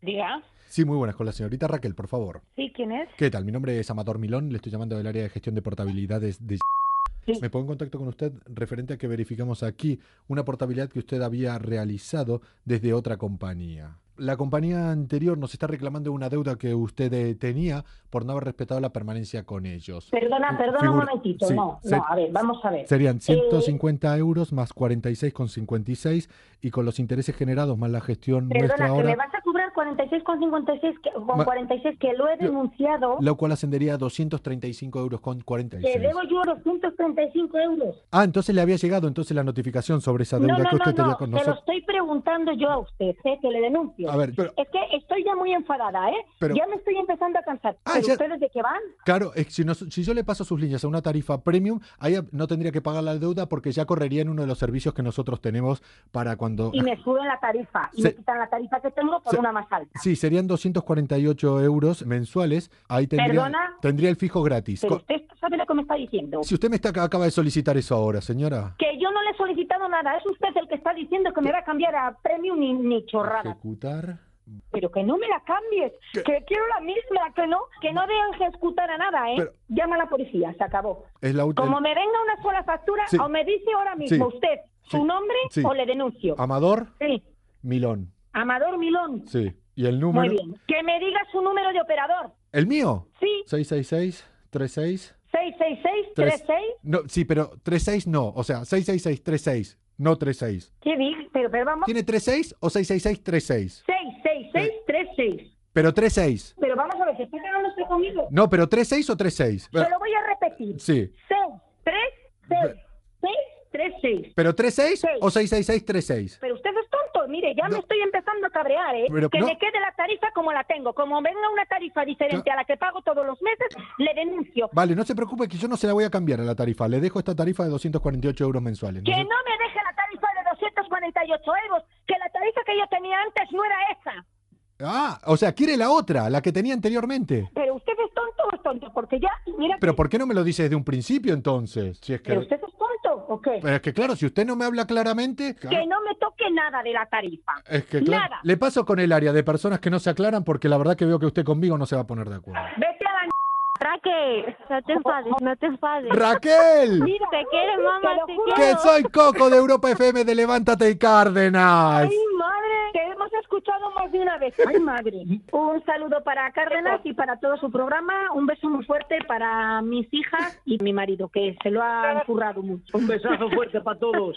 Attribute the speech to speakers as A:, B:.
A: Diga.
B: Sí, muy buenas, con la señorita Raquel, por favor.
A: Sí, ¿quién es?
B: ¿Qué tal? Mi nombre es Amador Milón, le estoy llamando del área de gestión de portabilidades de...
A: Sí.
B: Me pongo en contacto con usted referente a que verificamos aquí una portabilidad que usted había realizado desde otra compañía. La compañía anterior nos está reclamando una deuda que usted eh, tenía por no haber respetado la permanencia con ellos.
A: Perdona,
B: Fi-
A: perdona un
B: figura-
A: momentito.
B: sí,
A: no,
B: se-
A: no, a ver, vamos a ver.
B: Serían 150 euros más 46,56 y con los intereses generados más la gestión nuestra
A: Perdona, que me
B: ahora,
A: vas a cobrar 46,56 que- con
B: Ma-
A: 46 que lo he
B: Lo-
A: denunciado,
B: lo cual ascendería a 235 euros con
A: que
B: 46.
A: debo yo 235 euros.
B: Ah, entonces le había llegado entonces la notificación sobre esa deuda
A: No, no,
B: que
A: no,
B: usted tenía
A: no,
B: con
A: te lo
B: nosotros.
A: estoy preguntando yo a usted, sé que le denuncio.
B: A ver, pero
A: Es que estoy ya muy enfadada, ¿eh?
B: Pero-
A: ya me estoy empezando a cansar.
B: Ah,
A: ¿Pero
B: ya-
A: ustedes de qué van?
B: claro, es que si, nos- si yo le paso sus líneas a una tarifa premium, ahí no tendría que pagar la deuda porque ya correría en uno de los servicios que nosotros tenemos para cuando...
A: Y me suben la tarifa, y
B: Se-
A: me quitan la tarifa que tengo por
B: Se-
A: una más alta.
B: Sí, serían 248 euros mensuales. Ahí tendría,
A: Perdona.
B: tendría el fijo gratis.
A: Pero
B: Co-
A: usted sabe lo que me está diciendo.
B: Si usted me está, acaba de solicitar eso ahora, señora.
A: Que yo no le he solicitado nada, es usted el que está diciendo que me va a cambiar a premium ni, ni chorrada.
B: Ejecutar.
A: Pero que no me la cambies, que quiero la misma, que no, que no de ejecutar a nada, ¿eh?
B: Pero-
A: Llama a la policía, se acabó.
B: Es la última.
A: Como me venga una sola factura,
B: Sí.
A: o me dice ahora mismo
B: Sí.
A: usted su
B: Sí.
A: nombre
B: Sí.
A: o le denuncio.
B: Amador
A: Sí,
B: Milón.
A: Amador Milón.
B: Sí. ¿Y el
A: Muy
B: número?
A: bien. Que me diga su número de operador.
B: ¿El mío?
A: Sí,
B: 666-36.
A: 66636.
B: No, sí, pero 36 no. O sea, 666-36, no 36.
A: ¿Qué dice? Pero, pero vamos.
B: ¿Tiene 36 o 666-36?
A: 66636.
B: Pero 36.
A: Pero vamos a ver, si usted no lo está conmigo.
B: No, pero 36 o 36.
A: Se lo voy a repetir.
B: Sí.
A: 6, 3, 6, 6, 3, 6.
B: ¿Pero 36
A: Seis.
B: o 666-36?
A: Pero usted es tonto, mire, ya
B: No.
A: me estoy empezando a cabrear, ¿eh?
B: Pero
A: que
B: no.
A: me quede la tarifa como la tengo. Como venga una tarifa diferente
B: Claro.
A: a la que pago todos los meses, le denuncio.
B: Vale, no se preocupe que yo no se la voy a cambiar a la tarifa. Le dejo esta tarifa de 248 euros mensuales.
A: Que
B: se-
A: no me deje la tarifa de 248 euros, que la tarifa que yo tenía antes no era esa.
B: Ah, o sea, quiere la otra, la que tenía anteriormente.
A: Pero usted es tonto o es tonto, porque ya, mira,
B: Pero ¿por qué no me lo dice desde un principio entonces? Si es que...
A: ¿pero usted es tonto o qué?
B: Pero es que claro, si usted no me habla claramente...
A: Que no me toque nada de la tarifa.
B: Es que claro,
A: nada.
B: le paso con el área de personas que no se aclaran porque la verdad que veo que usted conmigo no se va a poner de acuerdo.
A: Vete a la...
C: Raquel, no te enfades, no te enfades.
B: Raquel,
A: Mira,
C: Te quiero, mamá,
A: lo
C: te
A: juro.
C: quiero.
B: que soy Coco de Europa FM de Levántate y Cárdenas.
A: ¡Ay, madre! Que hemos escuchado más de una vez. ¡Ay, madre! Un saludo para Cárdenas y para todo su programa. Un beso muy fuerte para mis hijas y mi marido, que se lo han currado mucho.
D: Un besazo fuerte para todos.